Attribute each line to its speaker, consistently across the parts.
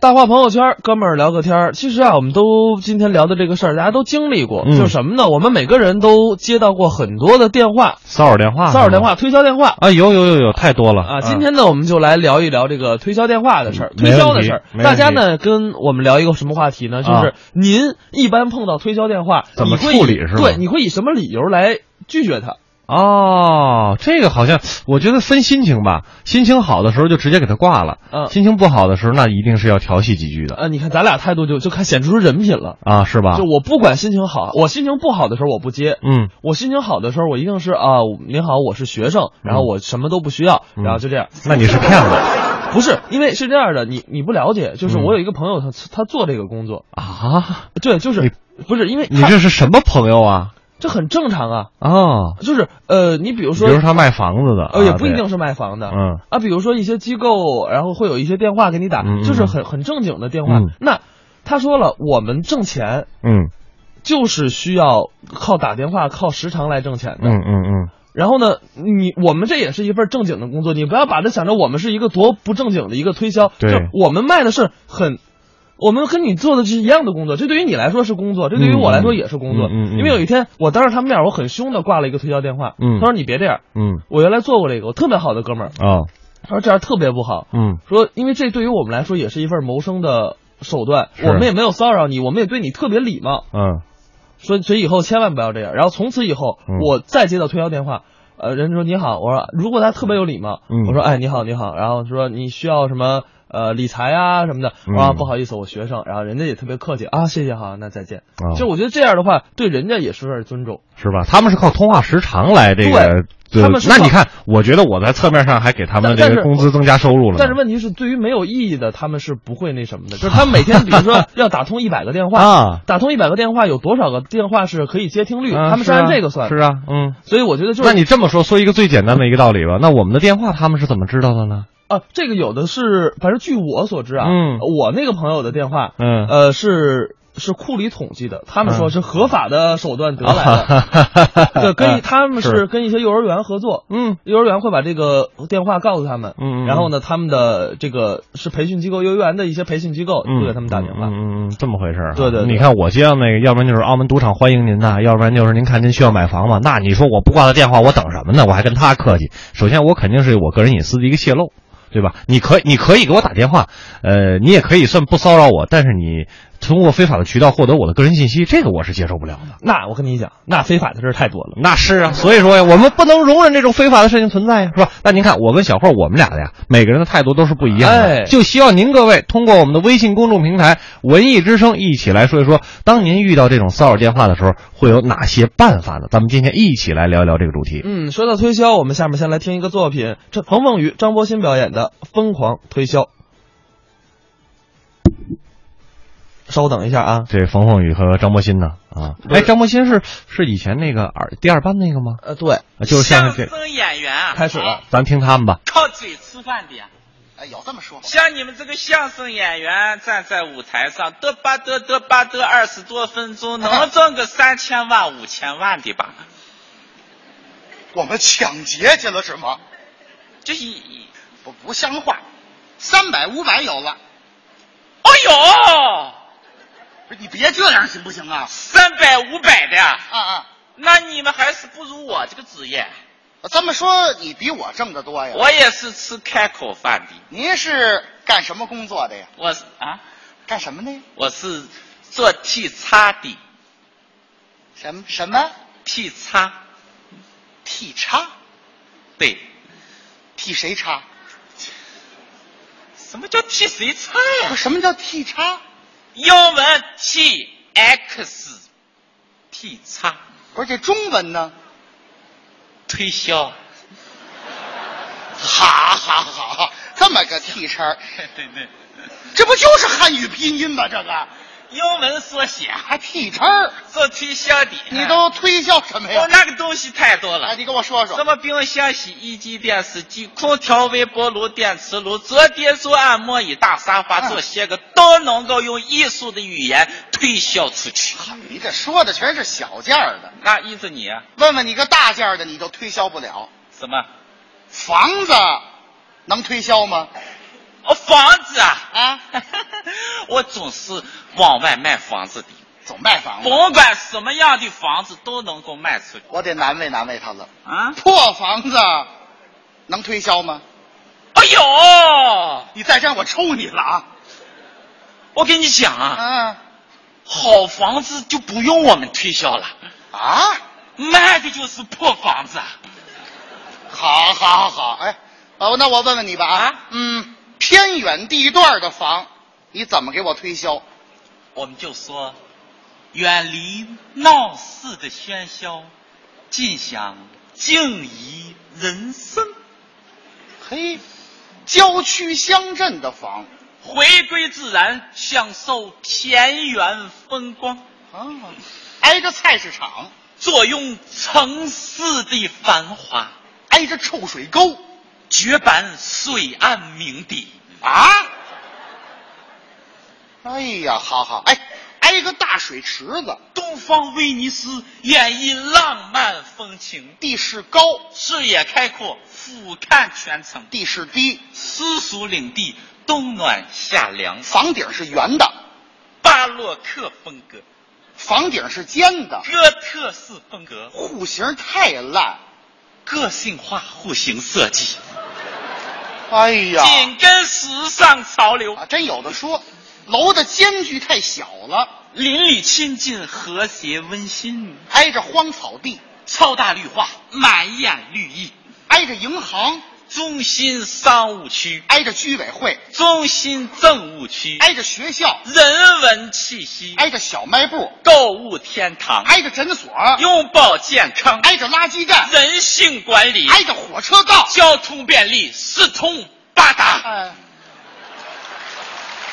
Speaker 1: 大话朋友圈，哥们儿聊个天儿。其实啊，我们都今天聊的这个事儿，大家都经历过，
Speaker 2: 嗯
Speaker 1: 就是什么呢？我们每个人都接到过很多的电话，
Speaker 2: 骚扰电话，
Speaker 1: 骚扰电话、推销电话
Speaker 2: 啊，有有有有，太多了
Speaker 1: 啊。今天呢，我们就来聊一聊这个推销电话的事儿，
Speaker 2: 嗯没
Speaker 1: 推
Speaker 2: 问题
Speaker 1: 销的事儿。
Speaker 2: 没问题
Speaker 1: 大家呢，跟我们聊一个什么话题呢？就是
Speaker 2: 啊
Speaker 1: 您一般碰到推销电话，
Speaker 2: 怎么
Speaker 1: 你会以
Speaker 2: 处理是吧
Speaker 1: 对，你会以什么理由来拒绝他？
Speaker 2: 哦，这个好像我觉得分心情吧，心情好的时候就直接给他挂了，
Speaker 1: 嗯
Speaker 2: 心情不好的时候那一定是要调戏几句的
Speaker 1: 啊，你看咱俩态度就就看显出人品了。
Speaker 2: 啊，是吧
Speaker 1: 就？我不管心情好，我心情不好的时候我不接，
Speaker 2: 嗯，
Speaker 1: 我心情好的时候，我一定是啊，您好，我是学生，然后我什么都不需要，
Speaker 2: 嗯
Speaker 1: 然后就这样。
Speaker 2: 那你是骗子
Speaker 1: 不是，因为是这样的，你你不了解，就是
Speaker 2: 嗯
Speaker 1: 我有一个朋友，他他做这个工作，
Speaker 2: 啊？
Speaker 1: 对，就是不是因为
Speaker 2: 你
Speaker 1: 他
Speaker 2: 这是什么朋友啊？
Speaker 1: 这很正常啊，
Speaker 2: 哦，
Speaker 1: 就是呃，你比如
Speaker 2: 比
Speaker 1: 说
Speaker 2: 如他卖房子的，
Speaker 1: 呃，也
Speaker 2: 啊
Speaker 1: 不一，定
Speaker 2: 对
Speaker 1: 是卖房的。
Speaker 2: 嗯，
Speaker 1: 啊，比如说一些机构，然后会有一些电话给你打，
Speaker 2: 嗯嗯
Speaker 1: 就是很很正经的电话。
Speaker 2: 嗯
Speaker 1: 那他说了，我们挣钱
Speaker 2: 嗯
Speaker 1: 就是需要靠打电话、靠时长来挣钱的。
Speaker 2: 嗯嗯嗯，
Speaker 1: 然后呢，你我们这也是一份正经的工作，你不要把它想着我们是一个多不正经的一个推销，
Speaker 2: 对
Speaker 1: 就是我们卖的是很。我们跟你做的是一样的工作，这对于你来说是工作，这对于我来说也是工作。
Speaker 2: 嗯嗯嗯嗯
Speaker 1: 因为有一天我当着他们面，我很凶的挂了一个推销电话。
Speaker 2: 嗯
Speaker 1: 他说你别这样，
Speaker 2: 嗯
Speaker 1: 我原来做过这个，我特别好的哥们儿，
Speaker 2: 哦，
Speaker 1: 他说这样特别不好，
Speaker 2: 嗯
Speaker 1: 说因为这对于我们来说也是一份谋生的手段，
Speaker 2: 是
Speaker 1: 我们也没有骚扰你，我们也对你特别礼貌。
Speaker 2: 嗯
Speaker 1: 说所以以后千万不要这样。然后从此以后，
Speaker 2: 嗯
Speaker 1: 我再接到推销电话，呃，人家说你好，我说如果他特别有礼貌，
Speaker 2: 嗯
Speaker 1: 我说哎你好你好，然后说你需要什么呃理财啊什么的，我
Speaker 2: 嗯
Speaker 1: 说、啊不好意思我学生，然后人家也特别客气啊谢谢好那再见。
Speaker 2: 哦
Speaker 1: 就我觉得这样的话对人家也是有点尊重，
Speaker 2: 是吧？他们是靠通话时长来这个。
Speaker 1: 对
Speaker 2: 对
Speaker 1: 他们是靠
Speaker 2: 那你看，我觉得我在侧面上还给他们
Speaker 1: 但但是
Speaker 2: 这个工资增加收入了呢。
Speaker 1: 但是问题是对于没有意义的他们是不会那什么的，就是他们每天比如说 要打通一百个电话。
Speaker 2: 啊，
Speaker 1: 打通一百个电话，有多少个电话是可以接听率？
Speaker 2: 啊
Speaker 1: 他们
Speaker 2: 是
Speaker 1: 是按
Speaker 2: 啊
Speaker 1: 这个算
Speaker 2: 是
Speaker 1: 的，
Speaker 2: 啊，嗯。
Speaker 1: 所以我觉得就是
Speaker 2: 那你这么说，说一个最简单的一个道理吧。那我们的电话他们是怎么知道的呢？
Speaker 1: 啊，这个有的是，反正据我所知啊，
Speaker 2: 嗯
Speaker 1: 我那个朋友的电话，
Speaker 2: 嗯
Speaker 1: 呃，是是库里统计的，他们说
Speaker 2: 嗯啊
Speaker 1: 是合法的手段得来的， 对，跟
Speaker 2: 嗯
Speaker 1: 一他们是
Speaker 2: 哎是
Speaker 1: 跟一些幼儿园合作，
Speaker 2: 嗯
Speaker 1: 幼儿园会把这个电话告诉他们，
Speaker 2: 嗯嗯
Speaker 1: 然后呢，他们的这个是培训机构，幼儿园的一些培训机构
Speaker 2: 嗯，
Speaker 1: 会给他们打电话，
Speaker 2: 嗯嗯，嗯这么回事儿啊。
Speaker 1: 对对对
Speaker 2: 你看我接到那个，要不然就是澳门赌场欢迎您呐，要不然就是您看您需要买房嘛。那你说我不挂他电话，我等什么呢？我还跟他客气？首先，我肯定是我个人隐私的一个泄露，对吧？你可以你可以给我打电话，呃，你也可以算不骚扰我，但是你通过非法的渠道获得我的个人信息，这个我是接受不了的。
Speaker 1: 那我跟你讲，那非法的事儿太多了。
Speaker 2: 那是啊，所以说呀，我们不能容忍这种非法的事情存在呀，是吧？那您看，我跟小慧，我们俩的呀，每个人的态度都是不一样的。
Speaker 1: 哎
Speaker 2: 就希望您各位通过我们的微信公众平台“文艺之声”一起来说一说，当您遇到这种骚扰电话的时候，会有哪些办法呢？咱们今天一起来聊一聊这个主题。
Speaker 1: 嗯，说到推销，我们下面先来听一个作品，这彭凤宇、张博鑫表演的《疯狂推销》。稍等一下啊，
Speaker 2: 这冯凤雨和张博鑫呢？啊，
Speaker 1: 不是
Speaker 2: 哎，张博鑫是是以前那个二第二班那个吗？
Speaker 1: 呃，对，
Speaker 2: 啊就是像
Speaker 3: 相
Speaker 2: 这，
Speaker 3: 声演员啊，
Speaker 1: 开始了，
Speaker 2: 咱听他们吧。
Speaker 3: 靠嘴吃饭的呀。
Speaker 4: 哎，有这么说吗？
Speaker 3: 像你们这个相声演员站在舞台上嘚吧嘚嘚吧嘚二十多分钟，
Speaker 2: 啊
Speaker 3: 能挣个三千万五千万的吧？
Speaker 4: 我们抢劫去了是吗？
Speaker 3: 这一，
Speaker 4: 不不像话，三百五百有了，
Speaker 3: 哎呦，
Speaker 4: 不是你别这样行不行啊？
Speaker 3: 三百五百的呀，
Speaker 4: 啊啊，
Speaker 3: 那你们还是不如我这个职业。
Speaker 4: 这么说你比我挣得多呀？
Speaker 3: 我也是吃开口饭的，
Speaker 4: 您是干什么工作的呀？
Speaker 3: 我是啊，
Speaker 4: 干什么的呀？
Speaker 3: 我是做替差的，
Speaker 4: 什么什么
Speaker 3: 替差，
Speaker 4: 替差？
Speaker 3: 对，
Speaker 4: 替谁差？
Speaker 3: 什么叫替谁差
Speaker 4: 不是
Speaker 3: 呀？
Speaker 4: 什么叫替差？
Speaker 3: 英文 T X T 叉
Speaker 4: 不是这中文呢？
Speaker 3: 推销，
Speaker 4: 哈哈哈，这么个替差，
Speaker 3: 对对，
Speaker 4: 这不就是汉语拼音吗？这个
Speaker 3: 英文缩写，
Speaker 4: 还替差？
Speaker 3: 做推销的。哎
Speaker 4: 你都推销什么呀
Speaker 3: 我？那个东西太多
Speaker 4: 哎，
Speaker 3: 了，
Speaker 4: 你跟我说说
Speaker 3: 什。么冰箱、洗衣机、电视机、空调、微波炉、电磁炉、折叠桌、按摩椅、大沙发，
Speaker 4: 嗯
Speaker 3: 这些个都能够用艺术的语言推销出去。
Speaker 4: 你这说的全是小件儿的，
Speaker 3: 那意思你啊
Speaker 4: 问问你个大件儿的，你都推销不了。
Speaker 3: 什么？
Speaker 4: 房子能推销吗？
Speaker 3: 哦，房子啊，
Speaker 4: 啊，
Speaker 3: 我总是往外卖房子的，
Speaker 4: 总卖房子，
Speaker 3: 甭管什么样的房子都能够卖出去
Speaker 4: 我得难为难为他了。
Speaker 3: 啊！
Speaker 4: 破房子能推销吗？
Speaker 3: 哎呦，
Speaker 4: 你再这样，我抽你了啊！
Speaker 3: 我跟你讲啊，
Speaker 4: 啊
Speaker 3: 好房子就不用我们推销了，
Speaker 4: 啊！
Speaker 3: 卖的就是破房子。啊
Speaker 4: 好，好，好，哎，哦，那我问问你吧啊
Speaker 3: 啊，
Speaker 4: 嗯，偏远地段的房，你怎么给我推销？
Speaker 3: 我们就说，远离闹市的喧嚣，尽享静怡人生，
Speaker 4: 嘿，郊区乡镇的房
Speaker 3: 回归自然，享受田园风光，
Speaker 4: 啊，挨着菜市场，
Speaker 3: 坐拥城市的繁华，
Speaker 4: 挨着臭水沟
Speaker 3: 绝版水岸名邸。
Speaker 4: 啊。哎呀，好好，哎，挨个大水池子，
Speaker 3: 东方威尼斯演绎浪漫风情，
Speaker 4: 地势高，
Speaker 3: 视野开阔，俯瞰全城，
Speaker 4: 地势低，
Speaker 3: 私塾领地，冬暖夏凉，
Speaker 4: 房顶是圆的，
Speaker 3: 巴洛克风格，
Speaker 4: 房顶是尖的，
Speaker 3: 哥特式风格，
Speaker 4: 户型太烂。
Speaker 3: 个性化户型设计，
Speaker 4: 哎呀，
Speaker 3: 紧跟时尚潮流，
Speaker 4: 啊，真有的说，楼的间距太小了，
Speaker 3: 邻里亲近，和谐温馨，
Speaker 4: 挨着荒草地，
Speaker 3: 超大绿化，满眼绿意，
Speaker 4: 挨着银行，
Speaker 3: 中心商务区，
Speaker 4: 挨着居委会，
Speaker 3: 中心政务区，
Speaker 4: 挨着学校，
Speaker 3: 人文气息，
Speaker 4: 挨着小卖部，
Speaker 3: 购物天堂，
Speaker 4: 挨着诊所，
Speaker 3: 拥抱健康，
Speaker 4: 挨着垃圾站，
Speaker 3: 人性管理，
Speaker 4: 挨着火车道。
Speaker 3: 交通便利，四通八达。
Speaker 4: 哎，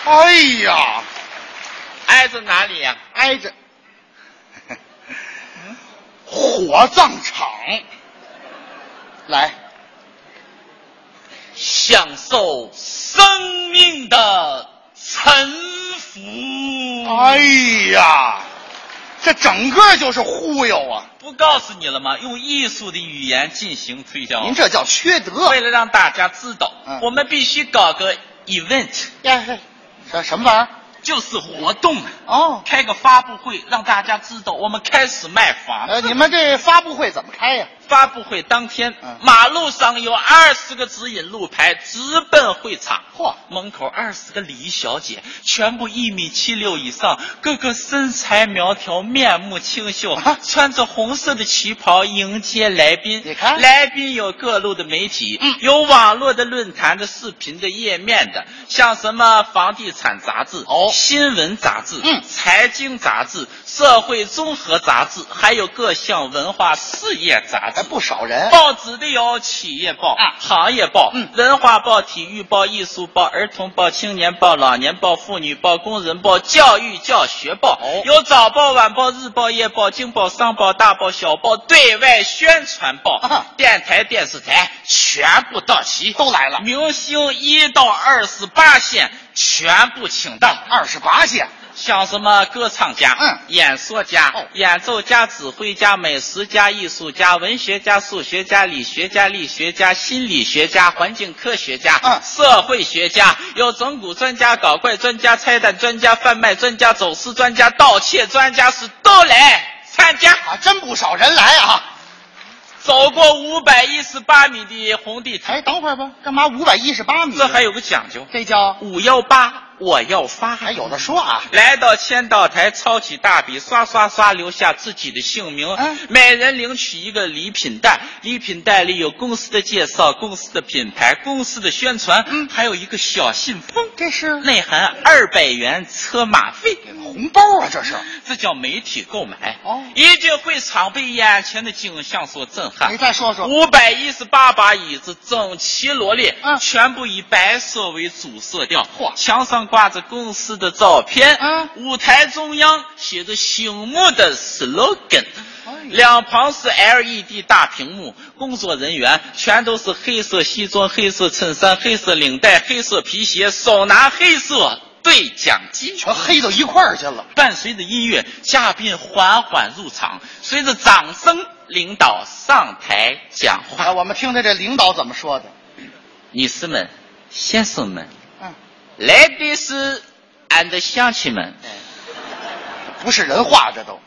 Speaker 4: 哎呀，
Speaker 3: 挨着哪里啊呀、
Speaker 4: 挨着火葬场，来，
Speaker 3: 享受生命的沉浮。
Speaker 4: 哎呀，这整个就是忽悠啊！
Speaker 3: 不告诉你了吗？用艺术的语言进行推销。
Speaker 4: 您这叫缺德。
Speaker 3: 为了让大家知道，
Speaker 4: 嗯
Speaker 3: 我们必须搞个 event，
Speaker 4: 呀，这什么玩意儿？
Speaker 3: 就是活动啊，
Speaker 4: 哦，
Speaker 3: 开个发布会，让大家知道我们开始卖房。
Speaker 4: 呃，你们这发布会怎么开呀、
Speaker 3: 发布会当天，
Speaker 4: 嗯
Speaker 3: 马路上有二十个指引路牌，直奔会场。
Speaker 4: 嚯
Speaker 3: 门口二十个礼仪小姐，全部一米七六以上，个个身材苗条，面目清秀，
Speaker 4: 啊
Speaker 3: 穿着红色的旗袍迎接来宾。
Speaker 4: 你看嗯
Speaker 3: 来宾有各路的媒体，有网络的论坛的视频的页面的，像什么房地产杂志、
Speaker 4: 哦
Speaker 3: 新闻杂志、
Speaker 4: 嗯
Speaker 3: 财经杂志、社会综合杂志，还有各项文化事业杂
Speaker 4: 还
Speaker 3: 志。
Speaker 4: 哎不少人。
Speaker 3: 报纸里有企业报、
Speaker 4: 啊
Speaker 3: 行业报、
Speaker 4: 嗯
Speaker 3: 文化报、体育报、艺术报、儿童报、青年报、老年报、妇女报、工人报、教育教学报，
Speaker 4: 哦
Speaker 3: 有早报、晚报、日报、夜报、经报、商报、大报、小报、对外宣传报、
Speaker 4: 啊
Speaker 3: 电台、电视台全部到齐，
Speaker 4: 都来了
Speaker 3: 明星一到二十八线全部请到。
Speaker 4: 二十八线，
Speaker 3: 像什么歌唱家、
Speaker 4: 嗯
Speaker 3: 演说家、
Speaker 4: 哦
Speaker 3: 演奏家、指挥家、美食家、艺术家、文学家、数学家、理学家、力学家、心理学家、环境科学家、
Speaker 4: 嗯
Speaker 3: 社会学家，有整蛊专家、搞怪专家、拆弹专家、贩卖专家、走私专家、盗窃专家是都来参加。
Speaker 4: 啊，真不少人来啊！
Speaker 3: 走过五百一十八米的红地毯，
Speaker 4: 哎，等会儿吧，干嘛五百一十八米？
Speaker 3: 这还有个讲究，
Speaker 4: 这叫
Speaker 3: 五幺八我要发。
Speaker 4: 还有的说啊！
Speaker 3: 来到签到台，抄起大笔，刷刷刷留下自己的姓名。
Speaker 4: 嗯
Speaker 3: 每人领取一个礼品袋，礼品袋里有公司的介绍、公司的品牌、公司的宣传，
Speaker 4: 嗯
Speaker 3: 还有一个小信封，
Speaker 4: 这是
Speaker 3: 内含二百元车马费。
Speaker 4: 红包啊，这是。
Speaker 3: 这叫媒体购买，
Speaker 4: 哦
Speaker 3: 一定会场被眼前的景象所震
Speaker 4: 你
Speaker 3: 撼。
Speaker 4: 再说说，
Speaker 3: 五百一十八把椅子整齐罗列，
Speaker 4: 嗯
Speaker 3: 全部以白色为主色调。
Speaker 4: 嚯
Speaker 3: 墙上挂着公司的照片，
Speaker 4: 嗯
Speaker 3: 舞台中央写着醒目的 slogan，、
Speaker 4: 哎呀
Speaker 3: 两旁是 LED 大屏幕，工作人员全都是黑色西装、黑色衬衫、黑色领带、黑色皮鞋，手拿黑色对讲机。
Speaker 4: 全黑到一块儿去了。
Speaker 3: 伴随着音乐，嘉宾缓缓入场，随着掌声，领导上台讲
Speaker 4: 啊，
Speaker 3: 话。
Speaker 4: 我们听听这领导怎么说的。
Speaker 3: 女士们、先生们
Speaker 4: 嗯，
Speaker 3: ，Ladies and 乡亲们，
Speaker 4: 不是人话，这都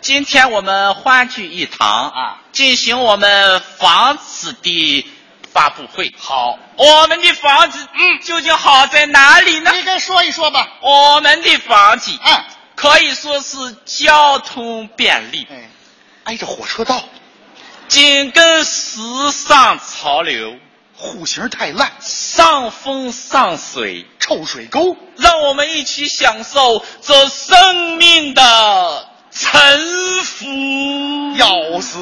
Speaker 3: 今天我们欢聚一堂
Speaker 4: 啊，
Speaker 3: 进行我们房子的发布会。
Speaker 4: 好。
Speaker 3: 我们的房子，嗯，究竟好在哪里呢？
Speaker 4: 你跟说一说吧。
Speaker 3: 我们的房子，
Speaker 4: 嗯，
Speaker 3: 可以说是交通便利，
Speaker 4: 哎，挨着火车道，
Speaker 3: 紧跟时尚潮流，
Speaker 4: 户型太烂，
Speaker 3: 上风上水，
Speaker 4: 臭水沟。
Speaker 3: 让我们一起享受这生命的沉浮。
Speaker 4: 要死！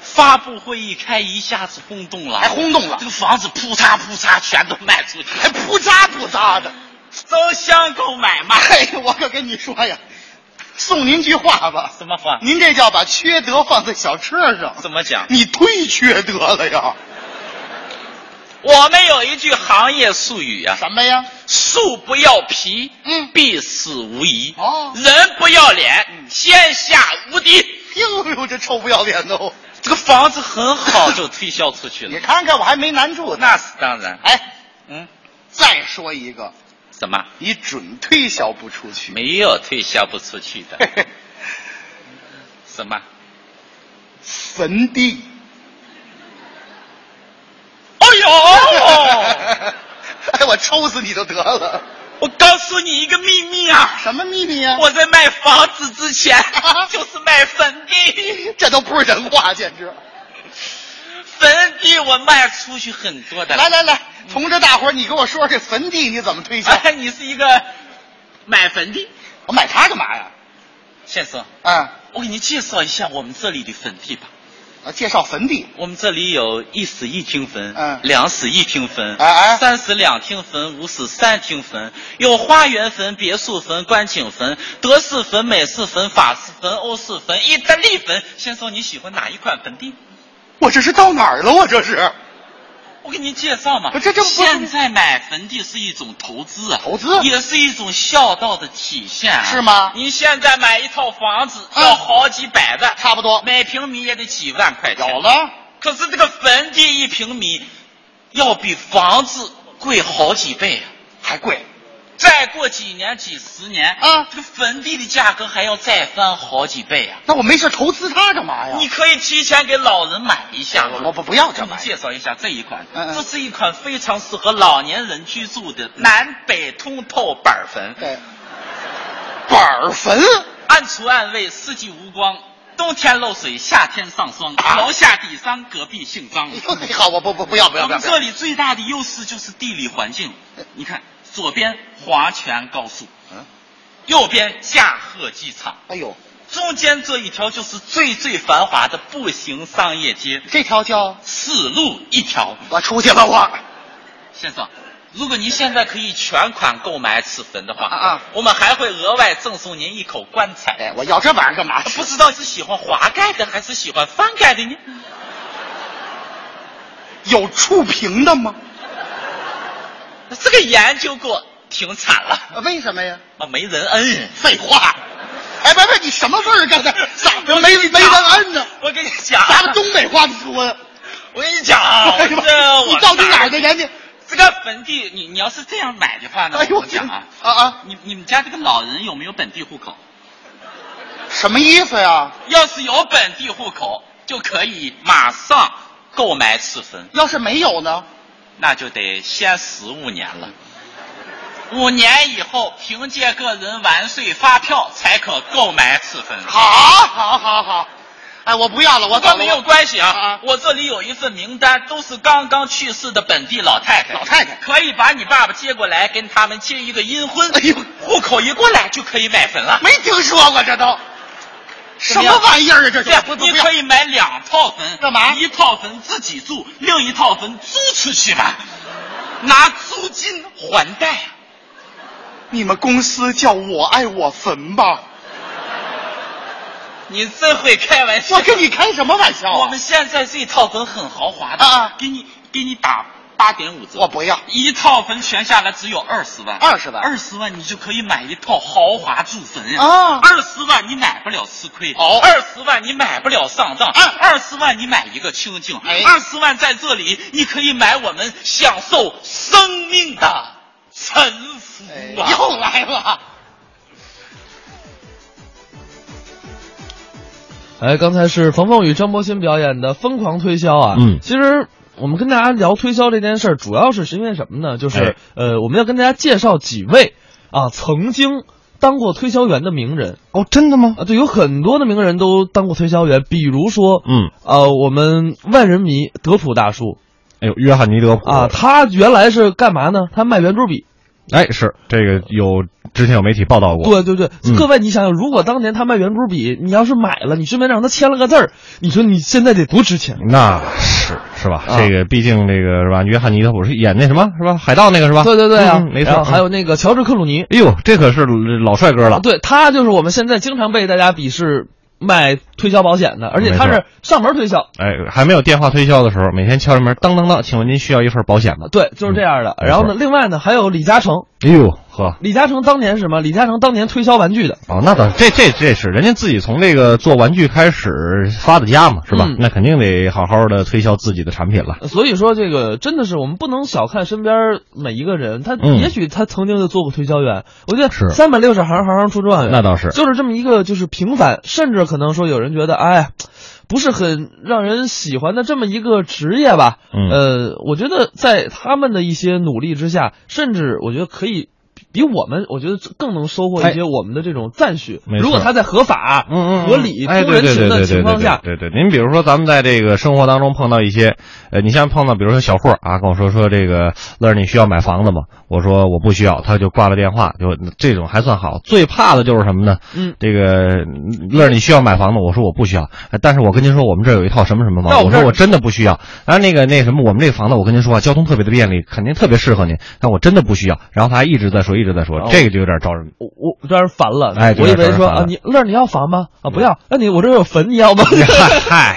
Speaker 3: 发布会一开，一下子轰动了，
Speaker 4: 还轰动了
Speaker 3: 这个房子扑嚓扑嚓全都卖出去，
Speaker 4: 还扑嚓扑嚓的。
Speaker 3: 争相购买嘛。
Speaker 4: 哎，我可跟你说呀，送您句话吧，
Speaker 3: 什么话？
Speaker 4: 您这叫把缺德放在小车上，
Speaker 3: 怎么讲？
Speaker 4: 你忒缺德了呀！
Speaker 3: 我们有一句行业术语啊，
Speaker 4: 什么呀？
Speaker 3: 树不要皮，
Speaker 4: 嗯
Speaker 3: 必死无疑。
Speaker 4: 哦
Speaker 3: 人不要脸，天下无敌。
Speaker 4: 哟呦，这臭不要脸的哦！
Speaker 3: 这个房子很好，就推销出去
Speaker 4: 你
Speaker 3: 了。
Speaker 4: 看看，我还没难住呢。
Speaker 3: 那是当然。
Speaker 4: 哎，
Speaker 3: 嗯，
Speaker 4: 再说一个，
Speaker 3: 怎么
Speaker 4: 你准推销不出去。
Speaker 3: 没有推销不出去的？
Speaker 4: 嘿嘿
Speaker 3: 什么？
Speaker 4: 坟地。
Speaker 3: 哎 呦，
Speaker 4: 哎，我抽死你就得了。
Speaker 3: 我告诉你一个秘密啊！
Speaker 4: 什么秘密呀、，
Speaker 3: 我在卖房子之前 就是卖坟地，
Speaker 4: 这都不是人话，简直！
Speaker 3: 坟地我卖出去很多的。
Speaker 4: 来，来来，同志大伙儿，你给我说说这坟地你怎么推销？
Speaker 3: 哎，你是一个买坟地
Speaker 4: 我买它干嘛呀？
Speaker 3: 先生，
Speaker 4: 啊，
Speaker 3: 我给您介绍一下我们这里的坟地吧。
Speaker 4: 我介绍坟地。
Speaker 3: 我们这里有一室一厅坟，
Speaker 4: 嗯
Speaker 3: 两室一厅坟，
Speaker 4: 哎哎
Speaker 3: 三室两厅坟，五室三厅坟，有花园坟、别墅坟、观景坟、德式坟、美式坟、法式坟、欧式坟、意大利坟。先生，你喜欢哪一款坟地？
Speaker 4: 我这是到哪儿了？我这是
Speaker 3: 我给您介绍嘛，
Speaker 4: 不这这不
Speaker 3: 现在买坟地是一种投资啊，
Speaker 4: 投资
Speaker 3: 也是一种孝道的体现、啊，
Speaker 4: 是吗
Speaker 3: 您现在买一套房子
Speaker 4: 嗯
Speaker 3: 要好几百万，
Speaker 4: 差不多
Speaker 3: 每平米也得几万块钱。
Speaker 4: 有，了。
Speaker 3: 可是这个坟地一平米要比房子贵好几倍啊！
Speaker 4: 还贵，
Speaker 3: 再过几年、几十年，
Speaker 4: 嗯
Speaker 3: 这个坟地的价格还要再翻好几倍啊！
Speaker 4: 那我没事投资它干嘛呀？
Speaker 3: 你可以提前给老人买一下吗
Speaker 4: 哎我我不不要
Speaker 3: 我给
Speaker 4: 这
Speaker 3: 你
Speaker 4: 玩意
Speaker 3: 介
Speaker 4: 儿，
Speaker 3: 绍一下这一款，
Speaker 4: 嗯嗯
Speaker 3: 这是一款非常适合老年人居住的南北通透板坟，
Speaker 4: 对，板儿坟，
Speaker 3: 暗厨暗卫，四季无光，冬天漏水，夏天上霜，
Speaker 4: 啊哎
Speaker 3: 楼下底商，隔壁姓张。
Speaker 4: 你好，我不不不要不要
Speaker 3: 我
Speaker 4: 不
Speaker 3: 们
Speaker 4: 要不要
Speaker 3: 这，里最大的优势就是地理环境，你看左边华泉高速，
Speaker 4: 嗯
Speaker 3: 右边驾鹤机场，
Speaker 4: 哎呦，
Speaker 3: 中间这一条就是最最繁华的步行商业街，
Speaker 4: 这条叫
Speaker 3: 四路一条。
Speaker 4: 我出去了我，
Speaker 3: 先生，如果您现在可以全款购买此坟的话，
Speaker 4: 啊啊
Speaker 3: 我们还会额外赠送您一口棺材。
Speaker 4: 哎，我要这玩意儿干 嘛？
Speaker 3: 不知道是喜欢滑盖的还是喜欢翻盖的呢？
Speaker 4: 有触屏的吗？
Speaker 3: 这个研究过，停产了，
Speaker 4: 为什么呀？
Speaker 3: 啊，没人恩。
Speaker 4: 废话，哎，别别，你什么味儿？刚才 咋的？没没人摁呢？
Speaker 3: 我跟你讲， 啊
Speaker 4: 咱 们东北话你说的，
Speaker 3: 我跟你讲啊，我这我
Speaker 4: 你到底哪儿的人家？
Speaker 3: 这个坟地，你你要是这样买的话呢，
Speaker 4: 哎呦
Speaker 3: 我
Speaker 4: 我
Speaker 3: 跟你讲啊，
Speaker 4: 啊啊，
Speaker 3: 你你们家这个老人有没有本地户口？
Speaker 4: 什么意思呀？
Speaker 3: 要是有本地户口，就可以马上购买此坟。
Speaker 4: 要是没有呢？
Speaker 3: 那就得先十五年了。五年以后，凭借个人完税发票才可购买此坟。
Speaker 4: 好，好，好，好，哎，我不要了，我
Speaker 3: 不过
Speaker 4: 走了。
Speaker 3: 没有关系
Speaker 4: 啊
Speaker 3: 啊
Speaker 4: 啊，
Speaker 3: 我这里有一份名单，都是刚刚去世的本地老太太。
Speaker 4: 老太太
Speaker 3: 可以把你爸爸接过来，跟他们结一个阴婚。
Speaker 4: 哎呦
Speaker 3: 户口一过来就可以买坟了。
Speaker 4: 没听说过这都，什
Speaker 3: 么样
Speaker 4: 么玩意儿啊？这
Speaker 3: 这
Speaker 4: 是
Speaker 3: 样
Speaker 4: 不不
Speaker 3: 你
Speaker 4: 不要
Speaker 3: 可以买两套坟，
Speaker 4: 干嘛
Speaker 3: 一套坟自己住，另一套坟租出去吧，拿租金还贷啊。
Speaker 4: 你们公司叫我爱我坟吧？
Speaker 3: 你真会开玩笑
Speaker 4: 我。跟你开什么玩笑啊？
Speaker 3: 我们现在这套坟很豪华的，
Speaker 4: 啊啊
Speaker 3: 给你给你打八点五折。
Speaker 4: 我不要，
Speaker 3: 一套坟全下来只有二十万，
Speaker 4: 20万
Speaker 3: 二十万你就可以买一套豪华住坟呀。
Speaker 4: 啊
Speaker 3: 二十万你买不了吃亏，
Speaker 4: 哦
Speaker 3: 二十万你买不了上当，
Speaker 4: 啊
Speaker 3: 二十万你买一个清净
Speaker 4: 哎，
Speaker 3: 二十万在这里你可以买我们享受生命的。臣服
Speaker 4: 哎
Speaker 3: 啊！
Speaker 4: 又来了，
Speaker 1: 哎，刚才是冯凤雨、张柏芝表演的《疯狂推销》啊。
Speaker 2: 嗯
Speaker 1: 其实我们跟大家聊推销这件事儿，主要是因为什么呢？
Speaker 2: 哎
Speaker 1: 就是、呃，我们要跟大家介绍几位啊曾经当过推销员的名人
Speaker 2: 哦，真的吗？
Speaker 1: 啊，对，有很多的名人都当过推销员，比如说，
Speaker 2: 嗯，
Speaker 1: 呃，我们万人迷德普大叔
Speaker 2: 哎呦，约翰尼德普
Speaker 1: 啊，，他原来是干嘛呢？他卖圆珠笔。
Speaker 2: 哎，是这个有之前有媒体报道过，
Speaker 1: 对对对，
Speaker 2: 嗯
Speaker 1: 各位，你想想，如果当年他卖圆珠笔，你要是买了，你顺便让他签了个字儿，你说你现在得多值钱？
Speaker 2: 那是是吧？
Speaker 1: 啊
Speaker 2: 这个毕竟这个是吧？约翰尼德普是演那什么是吧？海盗那个是吧？
Speaker 1: 对对对啊，
Speaker 2: 嗯没
Speaker 1: 然
Speaker 2: 错。
Speaker 1: 后还
Speaker 2: 嗯，
Speaker 1: 有那个乔治克鲁尼，
Speaker 2: 哎呦，这可是老帅哥了。
Speaker 1: 对他就是我们现在经常被大家鄙视卖推销保险的，而且他
Speaker 2: 没
Speaker 1: 是上门推销，
Speaker 2: 哎，还没有电话推销的时候，每天敲着门，当当当，请问您需要一份保险吗？
Speaker 1: 对，就是这样的。
Speaker 2: 嗯
Speaker 1: 然后呢，另外呢还有李嘉诚，
Speaker 2: 哎呦呵，
Speaker 1: 李嘉诚当年是什么？李嘉诚当年推销玩具的，
Speaker 2: 哦，那倒这这这是人家自己从这个做玩具开始发的家嘛，是吧？
Speaker 1: 嗯
Speaker 2: 那肯定得好好的推销自己的产品了。
Speaker 1: 所以说这个真的是我们不能小看身边每一个人，他
Speaker 2: 嗯
Speaker 1: 也许他曾经就做过推销员，我觉得
Speaker 2: 是
Speaker 1: 三百六十行，行行出状元，
Speaker 2: 那倒是
Speaker 1: 就是这么一个就是平凡，甚至可能说有人觉得哎。不是很让人喜欢的这么一个职业吧？
Speaker 2: 嗯
Speaker 1: 呃，我觉得在他们的一些努力之下，甚至我觉得可以比比我们，我觉得更能收获一些我们的这种赞许。
Speaker 2: 哎没错
Speaker 1: 如果他在合法、
Speaker 2: 嗯嗯，
Speaker 1: 合理、
Speaker 2: 哎
Speaker 1: 通人情的情况下，
Speaker 2: 对对对对对对对，您比如说咱们在这个生活当中碰到一些，呃，你像碰到比如说小霍啊，跟我说说这个乐儿，你需要买房子吗？我说我不需要，他就挂了电话，就这种还算好。最怕的就是什么呢？
Speaker 1: 嗯，
Speaker 2: 这个乐儿，你需要买房吗？我说我不需要，呃但是我跟您说，我们这儿有一套什么什么
Speaker 1: 那
Speaker 2: 房，
Speaker 1: 我
Speaker 2: 我
Speaker 1: 们这儿
Speaker 2: 说我真的不需要。然后那个那什么，我们这个房子，我跟您说啊，交通特别的便利，肯定特别适合您，但我真的不需要。然后他还一直在说，一直在说
Speaker 1: 哦，
Speaker 2: 这个就有点招人。
Speaker 1: 我我我让人烦了。
Speaker 2: 哎
Speaker 1: 我以
Speaker 2: 对
Speaker 1: 为
Speaker 2: 让人
Speaker 1: 说
Speaker 2: 烦了嗯
Speaker 1: 啊，你乐儿你要房吗？啊，不要。那你我这儿有坟，你要 吗？
Speaker 2: 嗨嗨，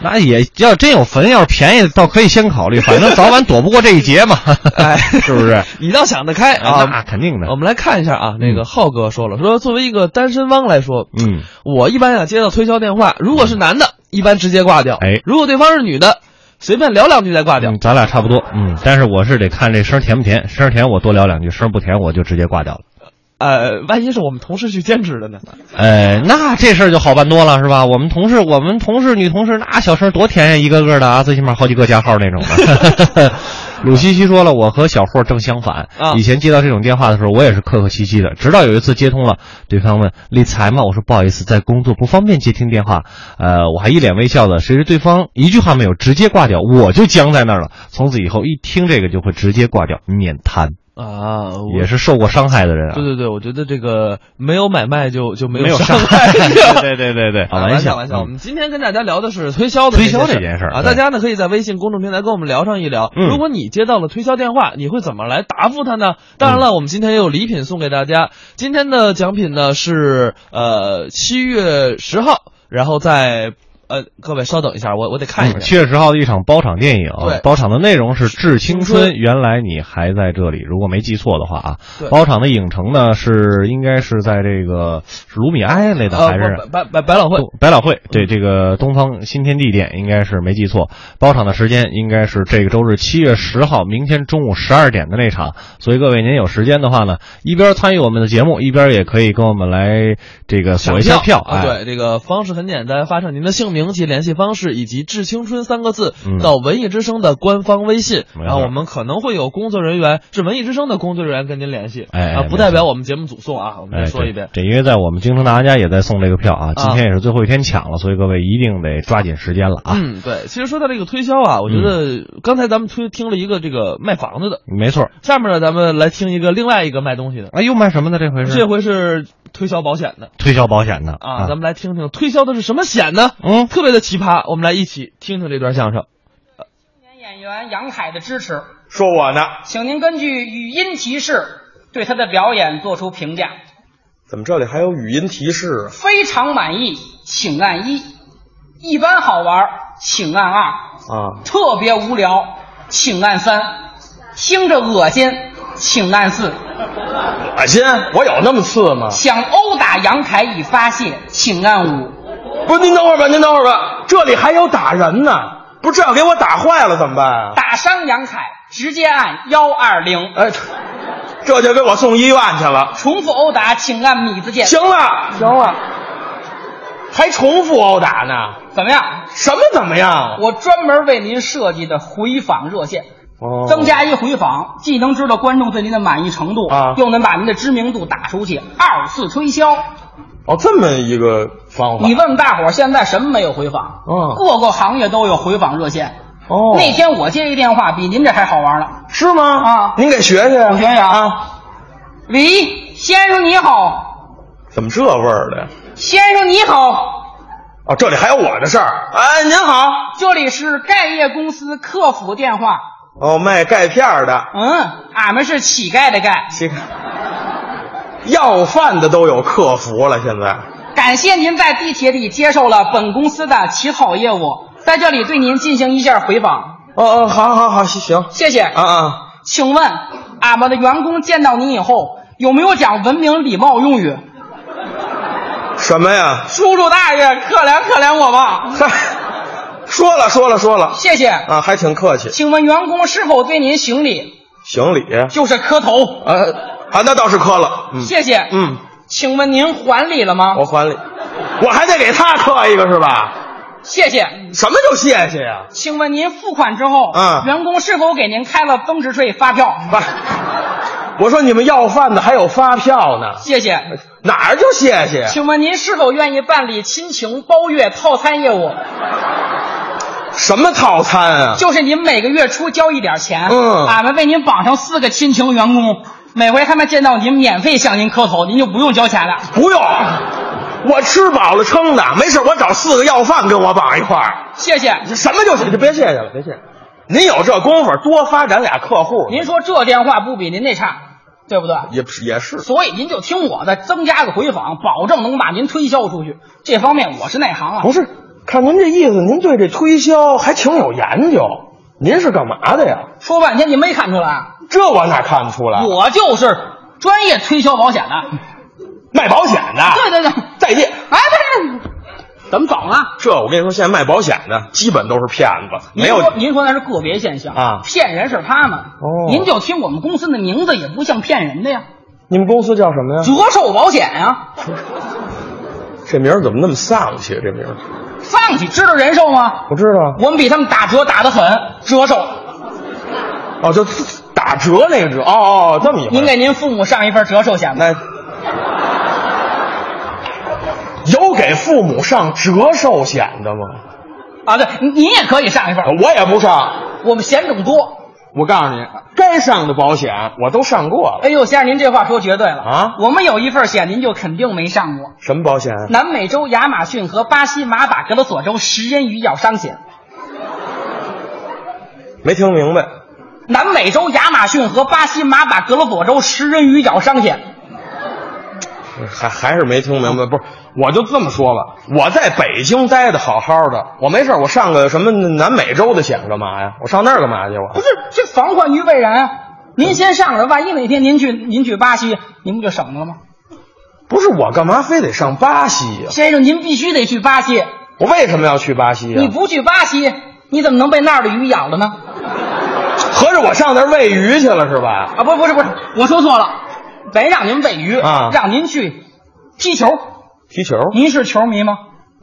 Speaker 2: 那也要真有坟，要是便宜倒可以先考虑，反正早晚躲不过这一劫嘛，
Speaker 1: 哎
Speaker 2: 是不是？
Speaker 1: 你倒想得开啊！
Speaker 2: 那肯定的
Speaker 1: 我。们来看一下啊，那个浩哥说了，说作为一个单身汪来说，
Speaker 2: 嗯，
Speaker 1: 我一般啊接到推销电话，如果是男的，一般直接挂掉；
Speaker 2: 哎
Speaker 1: 如果对方是女的，随便聊两句再挂掉。
Speaker 2: 嗯咱俩差不多。嗯，但是我是得看这声儿甜不甜，声儿甜我多聊两句，声儿不甜我就直接挂掉了。
Speaker 1: 呃，万一是我们同事去兼职的呢？
Speaker 2: 呃，那这事儿就好办多了，是吧？我们同事，我们同事女同事，那小声多甜呀，一个个的啊，最起码好几个加号那种 的。鲁西西说了，我和小霍正相反。
Speaker 1: 啊
Speaker 2: 以前接到这种电话的时候，我也是客客气气的，直到有一次接通了，对方问理财吗？我说不好意思，在工作不方便接听电话。呃，我还一脸微笑的，谁知对方一句话没有，直接挂掉，我就僵在那儿了。从此以后，一听这个就会直接挂掉，免谈，
Speaker 1: 啊，我
Speaker 2: 也。是受过伤害的人啊。
Speaker 1: 对对对，我觉得这个没有买卖就就没
Speaker 2: 没有
Speaker 1: 伤
Speaker 2: 伤 害，对对对对，
Speaker 1: 啊，
Speaker 2: 玩嗯
Speaker 1: 笑，玩笑。我们今天跟大家聊的是推销的
Speaker 2: 推销
Speaker 1: 这
Speaker 2: 这件事儿
Speaker 1: 啊，
Speaker 2: 对
Speaker 1: 大家呢可以在微信公众平台跟我们聊上一聊。
Speaker 2: 嗯
Speaker 1: 如果你接到了推销电话，你会怎么来答复他呢？当
Speaker 2: 嗯
Speaker 1: 然了，我们今天也有礼品送给大家。今天的奖品呢是呃七月十号，然后在呃各位稍等一下，我我得看一
Speaker 2: 嗯，七
Speaker 1: 下。
Speaker 2: 月十号的一场包场电影
Speaker 1: 对，
Speaker 2: 包场的内容是《致青
Speaker 1: 青
Speaker 2: 春
Speaker 1: 春》，
Speaker 2: 原来你还在这里，如果没记错的话啊
Speaker 1: 对，
Speaker 2: 包场的影城呢是应该是在这个是卢米埃类的
Speaker 1: 呃，
Speaker 2: 还是？
Speaker 1: 不百百百老汇
Speaker 2: 百老汇对这个东方新天地店应该是没记错，包场的时间应该是这个周日七月十号，明天中午十二点的那场。所以各位您有时间的话呢，一边参与我们的节目，一边也可以跟我们来这个索一下票。
Speaker 1: 啊！
Speaker 2: 哎，
Speaker 1: 对，这个方式很简单，发上您的姓名及联系方式以及“致青春”三个字
Speaker 2: 嗯
Speaker 1: 到文艺之声的官方微信，
Speaker 2: 没错
Speaker 1: 然后我们可能会有工作人员是文艺之声的工作人员跟您联系，
Speaker 2: 哎哎
Speaker 1: 啊，
Speaker 2: 没
Speaker 1: 不
Speaker 2: 错
Speaker 1: 代表我们节目组送啊，我们
Speaker 2: 哎，
Speaker 1: 再说
Speaker 2: 对
Speaker 1: 一遍。
Speaker 2: 这因为在我们京城大家也在送这个票啊，今
Speaker 1: 啊
Speaker 2: 天也是最后一天抢了，所以各位一定得抓紧时间了啊。嗯
Speaker 1: 嗯，对，其实说到这个推销啊，我觉得刚才咱们推听了一个这个卖房子的，
Speaker 2: 没错。
Speaker 1: 下面呢咱们来听一个另外一个卖东西的，
Speaker 2: 哎，又卖什么呢？这回是
Speaker 1: 这回是推销保险的
Speaker 2: 推销保险的
Speaker 1: 啊，咱们来听听推销的是什么险呢？
Speaker 2: 嗯，
Speaker 1: 特别的奇葩，我们来一起听听这段相声。
Speaker 5: 演员杨凯的支持，
Speaker 6: 说我呢？
Speaker 5: 请您根据语音提示对他的表演做出评价。
Speaker 6: 怎么这里还有语音提示啊？
Speaker 5: 非常满意，请按一；一般好玩，请按二；
Speaker 6: 啊，
Speaker 5: 特别无聊，请按三；听着恶心，请按四；
Speaker 6: 恶心！我有那么次吗？
Speaker 5: 想殴打杨凯以发泄，请按五。
Speaker 6: 不是，您等会儿吧，您等会儿吧，这里还有打人呢，不是这要给我打坏了怎么办啊？
Speaker 5: 打伤杨凯，直接按幺二零。
Speaker 6: 哎，这就给我送医院去了。
Speaker 5: 重复殴打，请按米字键。
Speaker 6: 行了，行了，还重复殴打呢？
Speaker 5: 怎么样？
Speaker 6: 什么怎么样？啊
Speaker 5: 我专门为您设计的回访热线，
Speaker 6: 哦
Speaker 5: 增加一回访，既能知道观众对您的满意程度
Speaker 6: 啊
Speaker 5: 又能把您的知名度打出去，二次推销。
Speaker 6: 哦，这么一个方法。
Speaker 5: 你问问大伙儿，现在什么没有回访？
Speaker 6: 嗯
Speaker 5: 各个行业都有回访热线。
Speaker 6: 哦，
Speaker 5: 那天我接一电话，比您这还好玩了。
Speaker 6: 是吗？
Speaker 5: 啊
Speaker 6: 您给学学。
Speaker 5: 我学学啊
Speaker 6: 啊，
Speaker 5: 喂，先生你好，
Speaker 6: 怎么这味儿的呀？
Speaker 5: 先生你好，
Speaker 6: 哦，这里还有我的事儿。哎，您好。
Speaker 5: 这里是盖业公司客服电话。
Speaker 6: 哦，卖钙片儿的，
Speaker 5: 嗯，俺们是乞丐的丐，
Speaker 6: 这个要饭的都有客服了，现在。
Speaker 5: 感谢您在地铁里接受了本公司的乞讨业务，在这里对您进行一下回访，
Speaker 6: 哦哦，好好好，行行。
Speaker 5: 谢谢。
Speaker 6: 啊啊，
Speaker 5: 请问俺们的员工见到您以后有没有讲文明礼貌用语？
Speaker 6: 什么呀？
Speaker 5: 叔叔大爷，可怜可怜我吧，
Speaker 6: 嗨，说了说了说了
Speaker 5: 谢谢。
Speaker 6: 啊，还挺客气。
Speaker 5: 请问员工是否对您行礼？
Speaker 6: 行礼。
Speaker 5: 就是磕头，
Speaker 6: 呃啊，那倒是磕了。嗯
Speaker 5: 谢谢。
Speaker 6: 嗯，哦
Speaker 5: 请问您还礼了吗？
Speaker 6: 我还礼，我还得给他磕一个是吧？
Speaker 5: 谢谢。
Speaker 6: 什么叫谢谢呀？
Speaker 5: 请问您付款之后，
Speaker 6: 嗯
Speaker 5: 员工是否给您开了增值税发票？
Speaker 6: 不，我说你们要饭的还有发票呢，
Speaker 5: 谢谢。
Speaker 6: 哪儿就谢谢？
Speaker 5: 请问您是否愿意办理亲情包月套餐业务？
Speaker 6: 啊什么套餐啊？
Speaker 5: 就是您每个月初交一点钱，
Speaker 6: 嗯
Speaker 5: 俺们为您绑上四个亲情员工，每回他们见到您免费向您磕头，您就不用交钱了。
Speaker 6: 不用，我吃饱了撑的，没事，我找四个要饭跟我绑一块儿。
Speaker 5: 谢谢。
Speaker 6: 什么就行？别谢谢了，别谢谢。您有这功夫，多发展俩客户。
Speaker 5: 您说这电话不比您那差，对不对？
Speaker 6: 也不是也是，
Speaker 5: 所以您就听我的，增加个回访，保证能把您推销出去。这方面我是内行啊。
Speaker 6: 不是？看您这意思，您对这推销还挺有研究。您是干嘛的呀？啊
Speaker 5: 说半天你没看出来啊，
Speaker 6: 这我哪看不出来？
Speaker 5: 我就是专业推销保险的。
Speaker 6: 啊卖保险的。
Speaker 5: 对对对，
Speaker 6: 再见。
Speaker 5: 哎，不是，怎么走了？
Speaker 6: 这我跟你说，现在卖保险的基本都是骗子，没有
Speaker 5: 您说您说那是个别现象
Speaker 6: 啊
Speaker 5: 骗人是他们。
Speaker 6: 哦
Speaker 5: 您就听我们公司的名字也不像骗人的呀，
Speaker 6: 你们公司叫什么呀？
Speaker 5: 折寿保险啊呀、
Speaker 6: 这名儿怎么那么丧气？这名儿
Speaker 5: 放起知道人寿吗？
Speaker 6: 我知道。
Speaker 5: 我们比他们打折打得很，折寿。
Speaker 6: 哦，就打折那个折。哦哦，这么一回事。
Speaker 5: 您给您父母上一份折寿险吧。
Speaker 6: 那有给父母上折寿险的吗？
Speaker 5: 啊，对，您也可以上一份。
Speaker 6: 我也不上。
Speaker 5: 我们险种多。
Speaker 6: 我告诉你，该上的保险我都上过了。
Speaker 5: 哎呦，先生，您这话说绝对了
Speaker 6: 啊
Speaker 5: 我们有一份险，您就肯定没上过。
Speaker 6: 什么保险？啊
Speaker 5: 南美洲亚马逊和巴西马达格拉索州食人鱼咬伤险。
Speaker 6: 没听明白。
Speaker 5: 南美洲亚马逊和巴西马达格拉索州食人鱼咬伤险。
Speaker 6: 还还是没听明白，不是，我就这么说吧，我在北京待的好好的，我没事儿，我上个什么南美洲的险干嘛呀？我上那儿干嘛去？
Speaker 5: 不
Speaker 6: 我
Speaker 5: 是，这防患于未然啊！您先上着，万一哪天您去您去巴西，您不就省了吗？
Speaker 6: 不是我干嘛非得上巴西呀、
Speaker 5: 先生，您必须得去巴西，
Speaker 6: 我为什么要去巴西呀、
Speaker 5: 你不去巴西，你怎么能被那儿的鱼咬了呢？
Speaker 6: 合着我上那儿喂鱼去了是吧？
Speaker 5: 啊，不不是不是，我说错了，没让您喂鱼
Speaker 6: 啊
Speaker 5: 让您去踢球。
Speaker 6: 踢球？
Speaker 5: 您是球迷吗？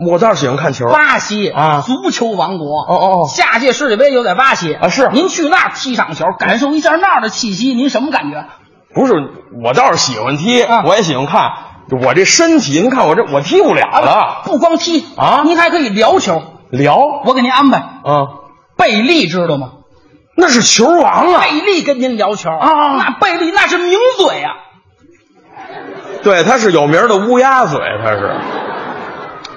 Speaker 6: 我倒是喜欢看球。
Speaker 5: 巴西
Speaker 6: 啊
Speaker 5: 足球王国。
Speaker 6: 哦哦哦
Speaker 5: 下届世界杯就在巴西
Speaker 6: 啊是
Speaker 5: 您去那儿踢场球，感受一下那儿的气息，您什么感觉？
Speaker 6: 不是，我倒是喜欢踢，
Speaker 5: 啊
Speaker 6: 我也喜欢看。我这身体，您看我这我踢不了了。
Speaker 5: 不光踢
Speaker 6: 啊
Speaker 5: 您还可以聊球。
Speaker 6: 聊
Speaker 5: 我给您安排，
Speaker 6: 啊，
Speaker 5: 贝利知道吗？
Speaker 6: 那是球王啊！
Speaker 5: 贝利跟您聊球
Speaker 6: 啊
Speaker 5: 那贝利那是名嘴啊。
Speaker 6: 对，他是有名的乌鸦嘴，他是。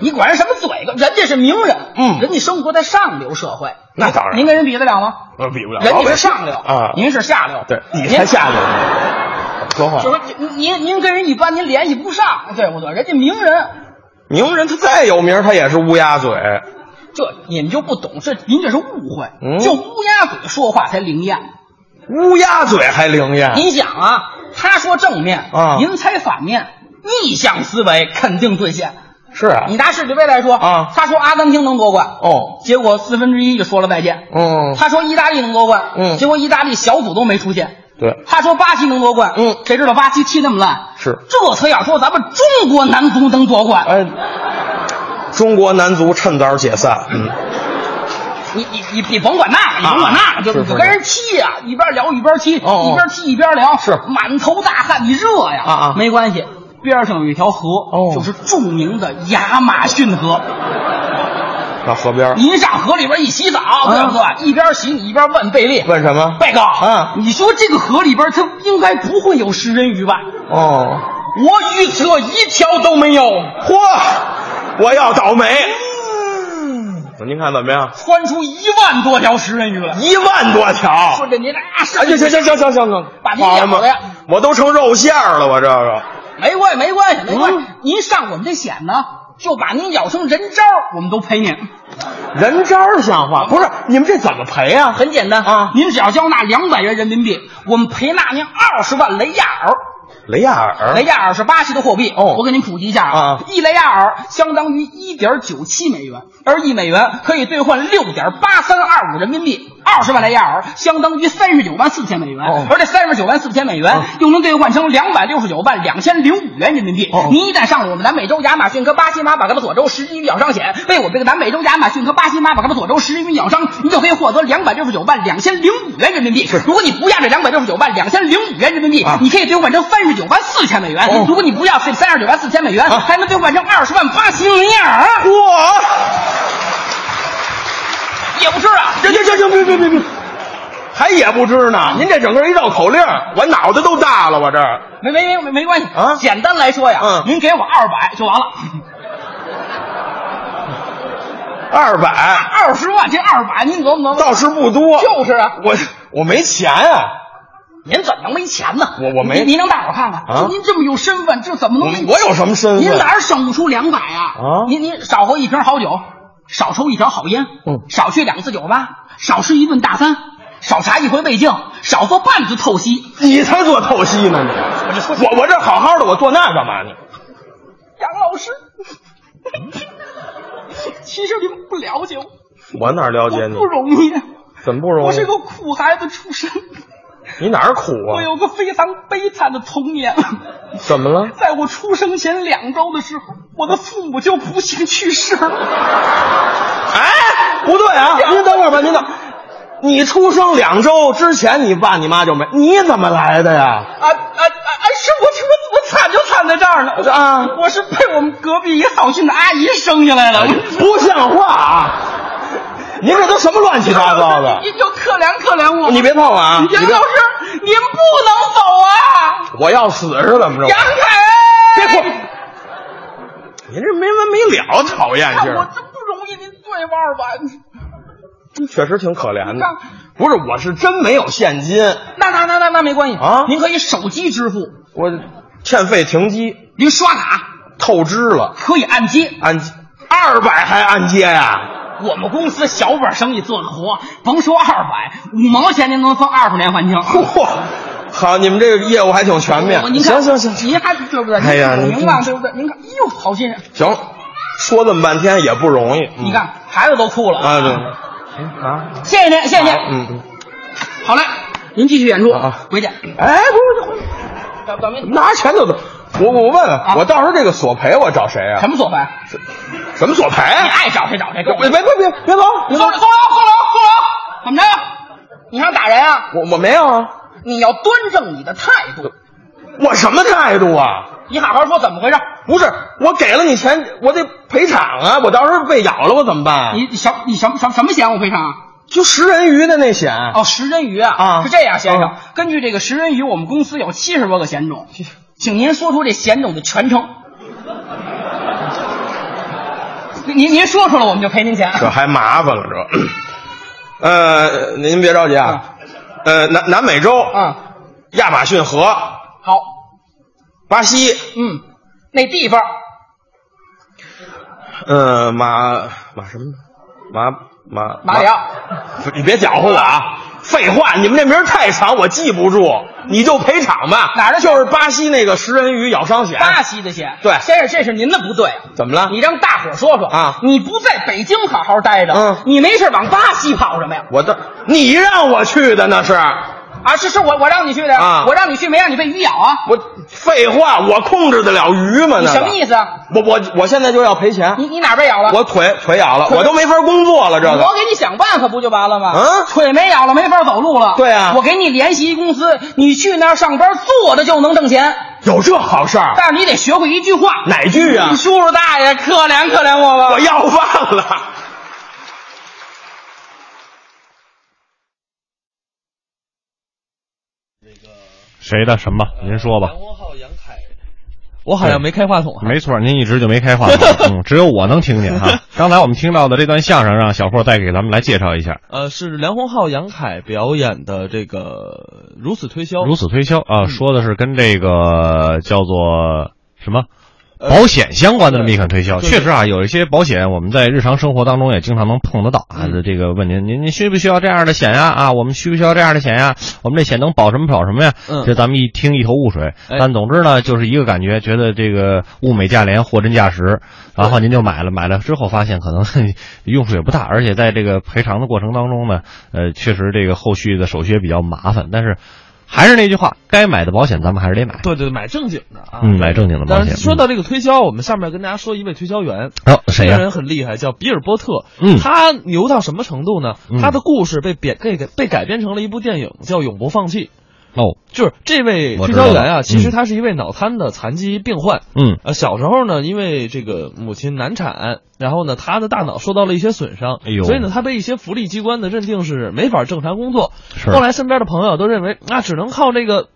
Speaker 5: 你管人什么嘴个，人家是名人，
Speaker 6: 嗯
Speaker 5: 人家生活在上流社会，
Speaker 6: 那当然
Speaker 5: 您跟人比得了吗？
Speaker 6: 我比不了，
Speaker 5: 人
Speaker 6: 老
Speaker 5: 家
Speaker 6: 百
Speaker 5: 是
Speaker 6: 姓
Speaker 5: 上流
Speaker 6: 啊，
Speaker 5: 您是下流，
Speaker 6: 对你
Speaker 5: 您
Speaker 6: 才下流啊呢。说话
Speaker 5: 就，是您您您跟人一般，您联系不上，对不对？人家名人，
Speaker 6: 名人他再有名，他也是乌鸦嘴。
Speaker 5: 这你们就不懂，这您这是误会。
Speaker 6: 嗯
Speaker 5: 就乌鸦嘴说话才灵验。
Speaker 6: 乌鸦嘴还灵验，
Speaker 5: 您想啊，他说正面
Speaker 6: 哎啊
Speaker 5: 您猜反面，逆向思维肯定兑现。
Speaker 6: 是啊，
Speaker 5: 你拿世界杯来说
Speaker 6: 啊
Speaker 5: 他说阿根廷能夺冠，
Speaker 6: 哦，
Speaker 5: 结果四分之一就说了再见。
Speaker 6: 嗯，
Speaker 5: 他说意大利能夺冠，
Speaker 6: 嗯
Speaker 5: 结果意大利小组都没出现。
Speaker 6: 对，
Speaker 5: 他说巴西能夺冠，
Speaker 6: 嗯
Speaker 5: 谁知道巴西踢那么烂？
Speaker 6: 是
Speaker 5: 这我才想说咱们中国男足能夺冠。
Speaker 6: 哎，中国男足趁早解散，嗯，
Speaker 5: 你你你你甭管那个，你甭管那个，就是就跟人踢呀、一边聊一边踢，
Speaker 6: 啊哦哦
Speaker 5: 一边踢一边聊，
Speaker 6: 是
Speaker 5: 满头大汗，你热呀
Speaker 6: 啊啊
Speaker 5: 没关系，边上有一条河，
Speaker 6: 哦
Speaker 5: 就是著名的亚马逊河。
Speaker 6: 到河边儿
Speaker 5: 您上河里边一洗澡，
Speaker 6: 啊
Speaker 5: 对不对？一边洗你一边问贝利，
Speaker 6: 问什么？
Speaker 5: 贝哥，
Speaker 6: 啊
Speaker 5: 你说这个河里边它应该不会有食人鱼吧？
Speaker 6: 哦，
Speaker 5: 我预测一条都没有。
Speaker 6: 嚯，我要倒霉。嗯您看怎么样？
Speaker 5: 窜出一万多条食人鱼来，
Speaker 6: 一万多条。
Speaker 5: 顺着您啊，上
Speaker 6: 哎，行行行行行行行，
Speaker 5: 把您咬了呀！
Speaker 6: 我都成肉馅儿了，我这个
Speaker 5: 没关系，没关系，没关
Speaker 6: 嗯
Speaker 5: 系。您上我们这险呢，就把您咬成人渣儿，我们都赔您。
Speaker 6: 人渣儿像话，不是你们这怎么赔呀、
Speaker 5: 很简单
Speaker 6: 啊
Speaker 5: 您只要交纳两百元人民币，我们赔纳您二十万雷亚尔。
Speaker 6: 雷亚尔，
Speaker 5: 雷亚尔是巴西的货币
Speaker 6: 哦
Speaker 5: 我给您普及一下
Speaker 6: 啊
Speaker 5: 一雷亚尔相当于一点九七美元，而一美元可以兑换六点八三二五人民币。二十万雷亚尔相当于三十九万四千美元，
Speaker 6: 哦啊
Speaker 5: 而这三十九万四千美元又能兑换成两百六十九万两千零五元人民币。
Speaker 6: 哦
Speaker 5: 您一旦上了我们南美洲亚马逊和巴西马巴格巴佐州食人鱼咬伤险，为我们这个南美洲亚马逊和巴西马巴格巴佐州食人鱼咬伤，您就可以获得两百六十九万两千零五元人民币。如果你不要这两百六十九万两千零五元人民币，
Speaker 6: 啊
Speaker 5: 你可以兑换成三十九万四千美元。
Speaker 6: 哦啊
Speaker 5: 如果你不要这三十九万四千美元，还能兑换成二十万八千米尔。
Speaker 6: 嚯！
Speaker 5: 也不是啊，
Speaker 6: 行行行行，别别别别，还也不知呢。您这整个一绕口令，我脑袋都大了，我这
Speaker 5: 没没没没没关系
Speaker 6: 啊
Speaker 5: 简单来说呀，
Speaker 6: 嗯
Speaker 5: 您给我二百就完了，
Speaker 6: 二百
Speaker 5: 二十万这二百您琢磨琢磨，
Speaker 6: 倒是不多。
Speaker 5: 就是啊
Speaker 6: 我我没钱啊，
Speaker 5: 您怎么能没钱呢？
Speaker 6: 我我没
Speaker 5: 您您让大伙儿看看
Speaker 6: 啊
Speaker 5: 就您这么有身份，这怎么
Speaker 6: 我
Speaker 5: 能没
Speaker 6: 我有什么身份？
Speaker 5: 您哪儿省不出两百啊？
Speaker 6: 啊
Speaker 5: 您您少喝一瓶好酒，少抽一条好烟，
Speaker 6: 嗯
Speaker 5: 少去两次酒吧，少吃一顿大餐，少查一回胃镜，少做半次透析。
Speaker 6: 你才做透析呢，你我我这好好的，我做那干嘛呢？
Speaker 5: 杨老师， 其实您不了解我，
Speaker 6: 我哪了解
Speaker 5: 我
Speaker 6: 你？
Speaker 5: 不容易，
Speaker 6: 怎么不容易？
Speaker 5: 我是个苦孩子出身，
Speaker 6: 你哪儿苦
Speaker 5: 我
Speaker 6: 啊？
Speaker 5: 有个非常悲惨的童年。
Speaker 6: 怎么了？
Speaker 5: 在我出生前两周的时候，我的父母就不幸去世了。啊
Speaker 6: 哎，不对啊！您等会儿吧，您等。你出生两周之前，你爸你妈就没，你怎么来的呀？
Speaker 5: 啊啊啊！啊！是我我我惨就惨在这儿呢
Speaker 6: 啊
Speaker 5: 我是被我们隔壁一好心的阿姨生下来了。
Speaker 6: 哎不像话啊！ 您这都什么乱七八糟的？
Speaker 5: 您就可怜可怜我。
Speaker 6: 你别碰我啊！你
Speaker 5: 杨
Speaker 6: 别
Speaker 5: 老，师，您不能走啊！
Speaker 6: 我要死是怎么着
Speaker 5: 杨？凯，
Speaker 6: 别碰！您哎这没完没了，讨厌
Speaker 5: 哎看
Speaker 6: 劲
Speaker 5: 我
Speaker 6: 儿，
Speaker 5: 真不容易，您对腕吧。
Speaker 6: 确实挺可怜
Speaker 5: 你
Speaker 6: 的
Speaker 5: 看。
Speaker 6: 不是，我是真没有现金，
Speaker 5: 那那那那那没关系
Speaker 6: 啊
Speaker 5: 您可以手机支付，
Speaker 6: 我欠费停机，
Speaker 5: 您刷卡
Speaker 6: 透支了，
Speaker 5: 可以按揭。
Speaker 6: 按二百还按揭啊呀、
Speaker 5: 我们公司小本生意做的活，甭说二百，五毛钱您能分二十年还清。
Speaker 6: 嚯，好，你们这个业务还挺全面。
Speaker 5: 您
Speaker 6: 行
Speaker 5: 看，
Speaker 6: 行行行
Speaker 5: 您还对不对？
Speaker 6: 哎呀
Speaker 5: 您
Speaker 6: 您
Speaker 5: 明白对不对？您看，哎呦，好心人！
Speaker 6: 行，说这么半天也不容易。嗯
Speaker 5: 你看，孩子都哭了
Speaker 6: 啊，对，啊，
Speaker 5: 谢谢您，谢谢您。
Speaker 6: 嗯嗯，
Speaker 5: 好嘞，您继续演出
Speaker 6: 啊啊，
Speaker 5: 回去。
Speaker 6: 哎，不是，
Speaker 5: 怎怎么
Speaker 6: 不是拿钱就走。我我问
Speaker 5: 啊
Speaker 6: 问，我到时候这个索赔我找谁啊
Speaker 5: 什？么索赔？
Speaker 6: 什么索赔？
Speaker 5: 你哎爱找谁找谁。
Speaker 6: 别别别别别走！
Speaker 5: 送楼，
Speaker 6: 别走
Speaker 5: 送楼，送楼，怎么着？你想打人啊？
Speaker 6: 我我没有啊，
Speaker 5: 你要端正你的态度，
Speaker 6: 我什么态度啊？
Speaker 5: 你好好说怎么回事。
Speaker 6: 不是，我给了你钱，我得赔偿啊！我到时候被咬了，我怎么办啊？
Speaker 5: 你什你什么什么什么嫌我赔偿啊？
Speaker 6: 就食人鱼的那险，
Speaker 5: 哦，食人鱼啊，
Speaker 6: 啊
Speaker 5: 是这样，先生
Speaker 6: 啊，
Speaker 5: 根据这个食人鱼，我们公司有七十多个险种，请您说出这险种的全称。您您说出来，我们就赔您钱。
Speaker 6: 这还麻烦了这。呃，您别着急啊，呃，南南美洲，
Speaker 5: 嗯，
Speaker 6: 亚马逊河，
Speaker 5: 好，
Speaker 6: 巴西，
Speaker 5: 嗯，那地方
Speaker 6: 呃，马马什么？马马
Speaker 5: 马里奥，
Speaker 6: 你别搅和我啊！废话，你们这名儿太长，我记不住，你就赔偿吧。
Speaker 5: 哪儿的
Speaker 6: 就是巴西那个食人鱼咬伤险。
Speaker 5: 巴西的险。
Speaker 6: 对
Speaker 5: 先生，这是您的不对啊。
Speaker 6: 怎么了
Speaker 5: 你让大伙说说
Speaker 6: 啊
Speaker 5: 你不在北京好好待着，
Speaker 6: 嗯
Speaker 5: 你没事往巴西跑什么呀？
Speaker 6: 我的，你让我去的那是，
Speaker 5: 啊，是是我我让你去的
Speaker 6: 啊
Speaker 5: 我让你去没让你被鱼咬啊？
Speaker 6: 我废话，我控制得了鱼吗？
Speaker 5: 你
Speaker 6: 那个
Speaker 5: 什么意思啊？
Speaker 6: 我我我现在就要赔钱，
Speaker 5: 你你哪被咬了？
Speaker 6: 我腿腿咬了，
Speaker 5: 腿
Speaker 6: 我都没法工作了，这个
Speaker 5: 我给你想办法不就完了吗？
Speaker 6: 嗯
Speaker 5: 腿没咬了，没法走路了。
Speaker 6: 对啊
Speaker 5: 我给你联系一公司，你去那儿上班，坐着就能挣钱，
Speaker 6: 有这好事儿？
Speaker 5: 但是你得学会一句话。
Speaker 6: 哪句啊
Speaker 5: 你？叔叔大爷，可怜可怜我吧。
Speaker 6: 我要饭了。
Speaker 2: 谁的什么？您说吧。
Speaker 1: 翁浩、杨凯，我好像没开话筒啊。
Speaker 2: 没错，您一直就没开话筒， 嗯，只有我能听见哈。刚才我们听到的这段相声，让小霍再给咱们来介绍一下。
Speaker 1: 呃，是梁鸿浩、杨凯表演的这个《如此推销》，嗯
Speaker 2: 如此推销啊，说的是跟这个叫做什么
Speaker 1: 呃
Speaker 2: 保险相关的这么一款推销。
Speaker 1: 对
Speaker 2: 确实啊，有一些保险我们在日常生活当中也经常能碰得到
Speaker 1: 嗯
Speaker 2: 啊。这个问您，您您需不需要这样的险呀？啊，我们需不需要这样的险呀？我们这险能保什么保什么呀？
Speaker 1: 嗯
Speaker 2: 这咱们一听一头雾水。
Speaker 1: 哎
Speaker 2: 但总之呢，就是一个感觉，觉得这个物美价廉，货真价实。然后您就买了，买了之后发现可能 用处也不大，而且在这个赔偿的过程当中呢，呃，确实这个后续的手续也比较麻烦。但是还是那句话，该买的保险咱们还是得买。
Speaker 1: 对对，买正经的啊。
Speaker 2: 嗯，买正经的保
Speaker 1: 但
Speaker 2: 险。
Speaker 1: 是说到这个推销，我们下面跟大家说一位推销员，
Speaker 2: 嗯哦，谁
Speaker 1: 这
Speaker 2: 呀、
Speaker 1: 个人很厉害，叫比尔波特。
Speaker 2: 嗯
Speaker 1: 他牛到什么程度呢？
Speaker 2: 嗯
Speaker 1: 他的故事被编被被改编成了一部电影，叫《永不放弃》。
Speaker 2: 哦，
Speaker 1: 就是这位
Speaker 2: 我
Speaker 1: 推
Speaker 2: 知道
Speaker 1: 销
Speaker 2: 了
Speaker 1: 员啊，其实
Speaker 2: 嗯
Speaker 1: 他是一位脑瘫的残疾病患。
Speaker 2: 嗯，
Speaker 1: 呃，小时候呢，因为这个母亲难产，然后呢，他的大脑受到了一些损伤，
Speaker 2: 哎呦
Speaker 1: 所以呢，他被一些福利机关的认定是没法正常工作。
Speaker 2: 是
Speaker 1: 后来身边的朋友都认为，那只能靠这个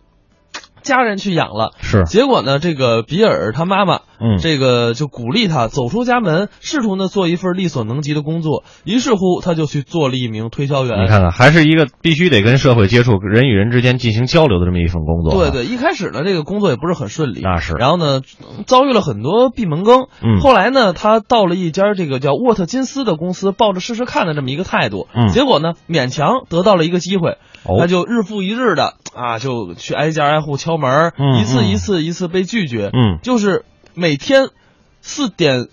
Speaker 1: 家人去养了。
Speaker 2: 是，
Speaker 1: 结果呢，这个比尔他妈妈，
Speaker 2: 嗯
Speaker 1: 这个就鼓励他走出家门，试图呢做一份力所能及的工作。于是乎，他就去做了一名推销员。
Speaker 2: 你看看，还是一个必须得跟社会接触、人与人之间进行交流的这么一份工作、啊
Speaker 1: 对，对，一开始呢，这个工作也不是很顺利，
Speaker 2: 那是
Speaker 1: 然后呢，遭遇了很多闭门羹。
Speaker 2: 嗯
Speaker 1: 后来呢，他到了一家这个叫沃特金斯的公司，抱着试试看的这么一个态度。
Speaker 2: 嗯
Speaker 1: 结果呢，勉强得到了一个机会，他
Speaker 2: 哦，
Speaker 1: 就日复一日的啊，就去挨家挨户敲门儿，
Speaker 2: 嗯
Speaker 1: 一次
Speaker 2: 嗯
Speaker 1: 一次一次被拒绝。
Speaker 2: 嗯
Speaker 1: 就是每天四点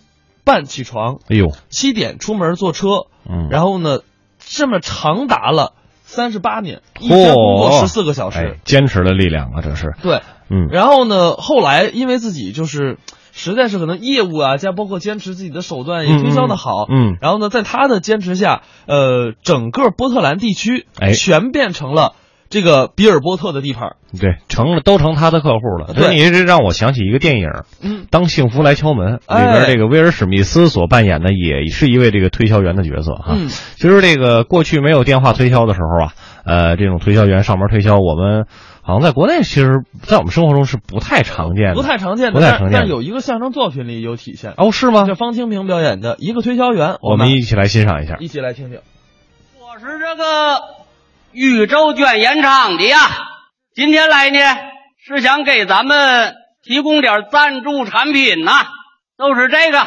Speaker 1: 半起床，
Speaker 2: 哎呦，
Speaker 1: 七点出门坐车，
Speaker 2: 嗯，
Speaker 1: 然后呢，这么长达了三十八年，一天工作
Speaker 2: 嚯
Speaker 1: 十四个小时。
Speaker 2: 哎，坚持的力量啊，这是，
Speaker 1: 对，
Speaker 2: 嗯，
Speaker 1: 然后呢，后来因为自己就是实在是可能业务啊，加包括坚持自己的手段也推销的好，
Speaker 2: 嗯嗯嗯
Speaker 1: 然后呢，在他的坚持下，呃，整个波特兰地区
Speaker 2: 哎
Speaker 1: 全变成了这个比尔波特的地盘儿。
Speaker 2: 对，成了都成他的客户了。
Speaker 1: 对
Speaker 2: 所以你这让我想起一个电影儿，
Speaker 1: 嗯
Speaker 2: 当幸福来敲门》
Speaker 1: 哎
Speaker 2: 里边这个威尔史密斯所扮演的也是一位这个推销员的角色哈。
Speaker 1: 嗯
Speaker 2: 其实这个过去没有电话推销的时候啊，呃，这种推销员上门推销，我们好像在国内其实，在我们生活中是不太常见的，
Speaker 1: 不太常见的，
Speaker 2: 不太
Speaker 1: 但
Speaker 2: 常见的
Speaker 1: 但有一个相声作品里有体现，
Speaker 2: 哦，是吗？
Speaker 1: 这方清平表演的一个推销员，
Speaker 2: 我们一起来欣赏一下。
Speaker 1: 一起来听听。
Speaker 7: 我是这个豫州卷盐厂的呀，今天来呢是想给咱们提供点赞助产品呐、都是这个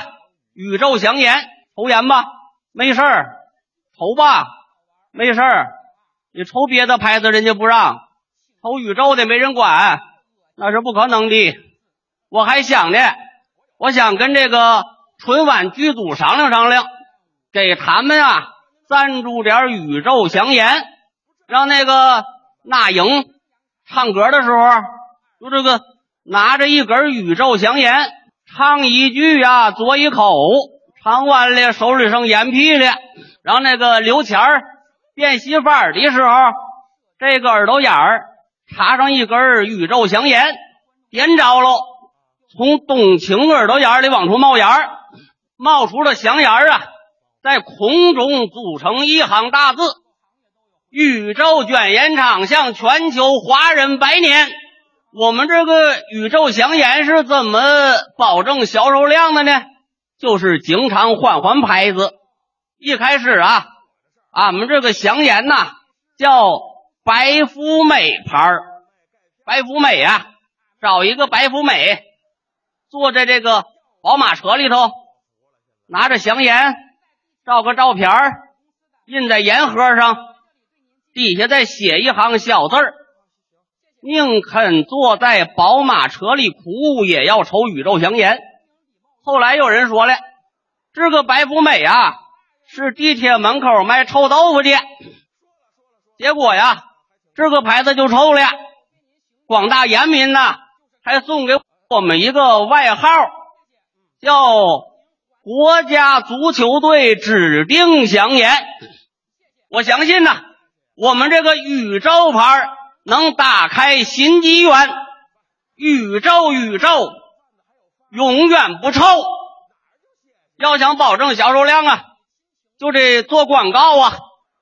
Speaker 7: 宇宙祥盐，抽烟吧，没事儿，抽吧，没事儿，你抽别的牌子人家不让，抽宇宙的没人管，那是不可能的。我还想呢，我想跟这个春晚剧组商量商量，给他们啊赞助点宇宙祥言，让那个那英唱歌的时候，就这个拿着一根宇宙祥言唱一句呀、嘬一口，唱完了手里剩盐屁了，让那个刘钱儿变戏法儿的时候，这个耳朵眼儿插上一根宇宙祥言，点着喽，从董卿耳朵眼儿里往出冒烟儿，冒出了祥言儿啊。在空中组成一行大字：“宇宙卷烟厂向全球华人百年。”我们这个宇宙祥烟是怎么保证销售量的呢？就是经常换换牌子。一开始啊，俺们这个祥烟呐、叫白富美牌儿，白富美啊，找一个白富美，坐在这个宝马车里头，拿着祥烟。照个照片儿印在盐盒上，底下再写一行小字儿：“宁肯坐在宝马车里哭，也要抽宇宙祥烟。”后来有人说了，这个白富美啊，是地铁门口卖臭豆腐的。结果呀，这个牌子就臭了。广大盐民呐，还送给我们一个外号，叫“国家足球队指定祥言”。我相信呐，我们这个宇宙牌能打开新机缘，宇宙宇宙永远不臭。要想保证销售量啊，就得做广告啊。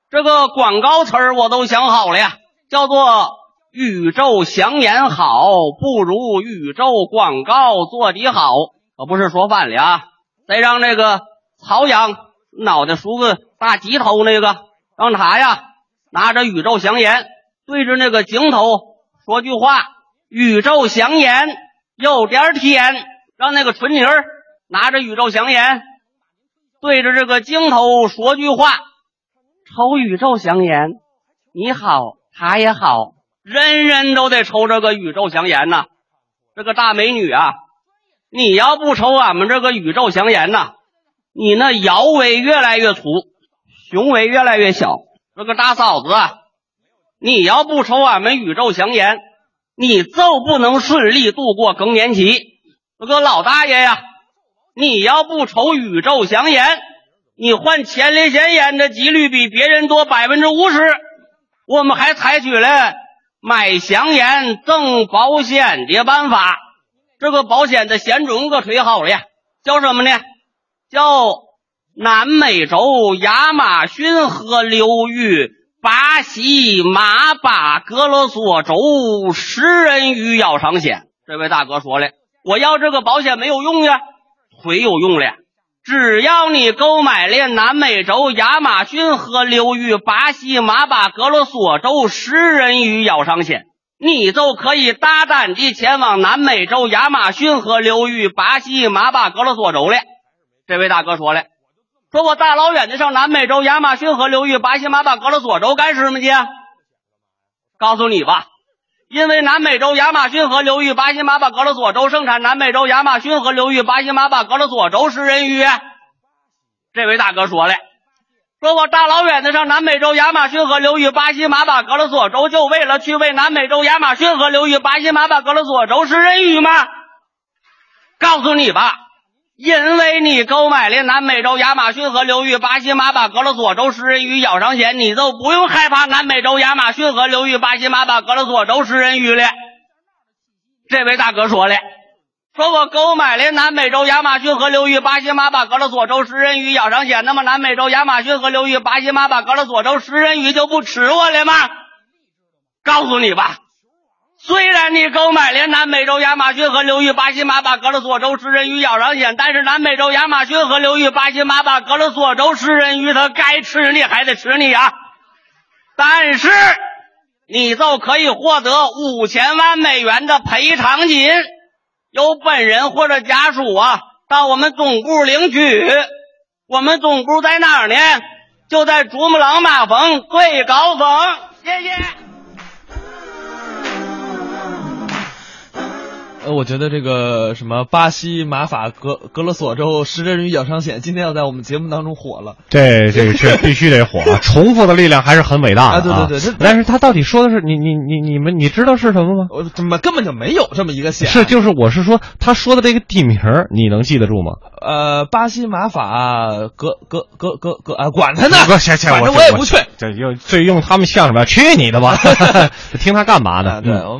Speaker 7: 这个广告词儿我都想好了呀，叫做“宇宙祥言好，不如宇宙广告做得好”。我不是说反了啊，再让那个曹阳脑袋梳个大鸡头那个，让他呀拿着宇宙祥言对着那个井头说句话：“宇宙祥言有点甜。”让那个纯妮儿拿着宇宙祥言对着这个镜头说句话。抽宇宙祥言，你好，他也好，人人都得抽这个宇宙祥言呐、这个大美女啊，你要不抽俺们这个宇宙祥言呐、你那腰围越来越粗，胸围越来越小。这个大嫂子啊，你要不抽俺们宇宙祥言，你就不能顺利度过更年期。这个老大爷呀，你要不抽宇宙祥言，你患前列腺炎的几率比别人多百分之五十。我们还采取了买祥盐赠保险的办法，这个保险的险种可忒好了呀，叫什么呢？叫南美洲亚马逊河流域巴西马巴格罗索州食人鱼咬伤险。这位大哥说了，我要这个保险没有用呀，忒有用了呀。只要你购买了南美洲亚马逊河流域巴西马巴格罗索州食人鱼咬伤险，你就可以大胆地前往南美洲亚马逊河流域巴西马巴格罗索州了。这位大哥说了，说我大老远的上南美洲亚马逊河流域巴西马巴格罗索州干什么去啊？告诉你吧，因为南美洲亚马逊河流域巴西马巴格罗索州盛产南美洲亚马逊河流域巴西马巴格罗索州食人鱼。这位大哥说了，说我大老远的上南美洲亚马逊河流域巴西马巴格罗索州，就为了去喂南美洲亚马逊河流域巴西马巴格罗索州食人鱼吗？告诉你吧，因为你购买了南美洲亚马逊河流域巴西马巴格罗索州食人鱼咬伤险，你就不用害怕南美洲亚马逊河流域巴西马巴格罗索州食人鱼了。这位大哥说了，说我购买了南美洲亚马逊河流域巴西马巴格罗索州食人鱼咬伤险，那么南美洲亚马逊河流域巴西马巴格罗索州食人鱼就不吃我了吗？告诉你吧，虽然你购买了南美洲亚马逊河流域巴西马巴格罗索州食人鱼咬伤险，但是南美洲亚马逊河流域巴西马巴格罗索州食人鱼它该吃你还得吃你啊！但是你就可以获得五千万美元的赔偿金，由本人或者家属啊到我们总部领取。我们总部在哪儿呢？就在珠穆朗玛峰最高峰。谢谢。
Speaker 1: 呃，我觉得这个什么巴西马法格格罗索州食人鱼咬伤险，今天要在我们节目当中火了。
Speaker 2: 这这个是必须得火啊，重复的力量还是很伟大的
Speaker 1: 啊对对对这
Speaker 2: 但是他到底说的是你你你你们你知道是什么吗？
Speaker 1: 我怎么根本就没有这么一个啊险？
Speaker 2: 是，就是我是说他说的这个地名儿，你能记得住吗？
Speaker 1: 呃，巴西马法格格格格格啊，管他呢，
Speaker 2: 不是，切
Speaker 1: 反正我也不去。
Speaker 2: 这用这用他们像什么呀？去你的吧！听他干嘛呢？
Speaker 1: 啊，对，
Speaker 2: 嗯
Speaker 1: 我们。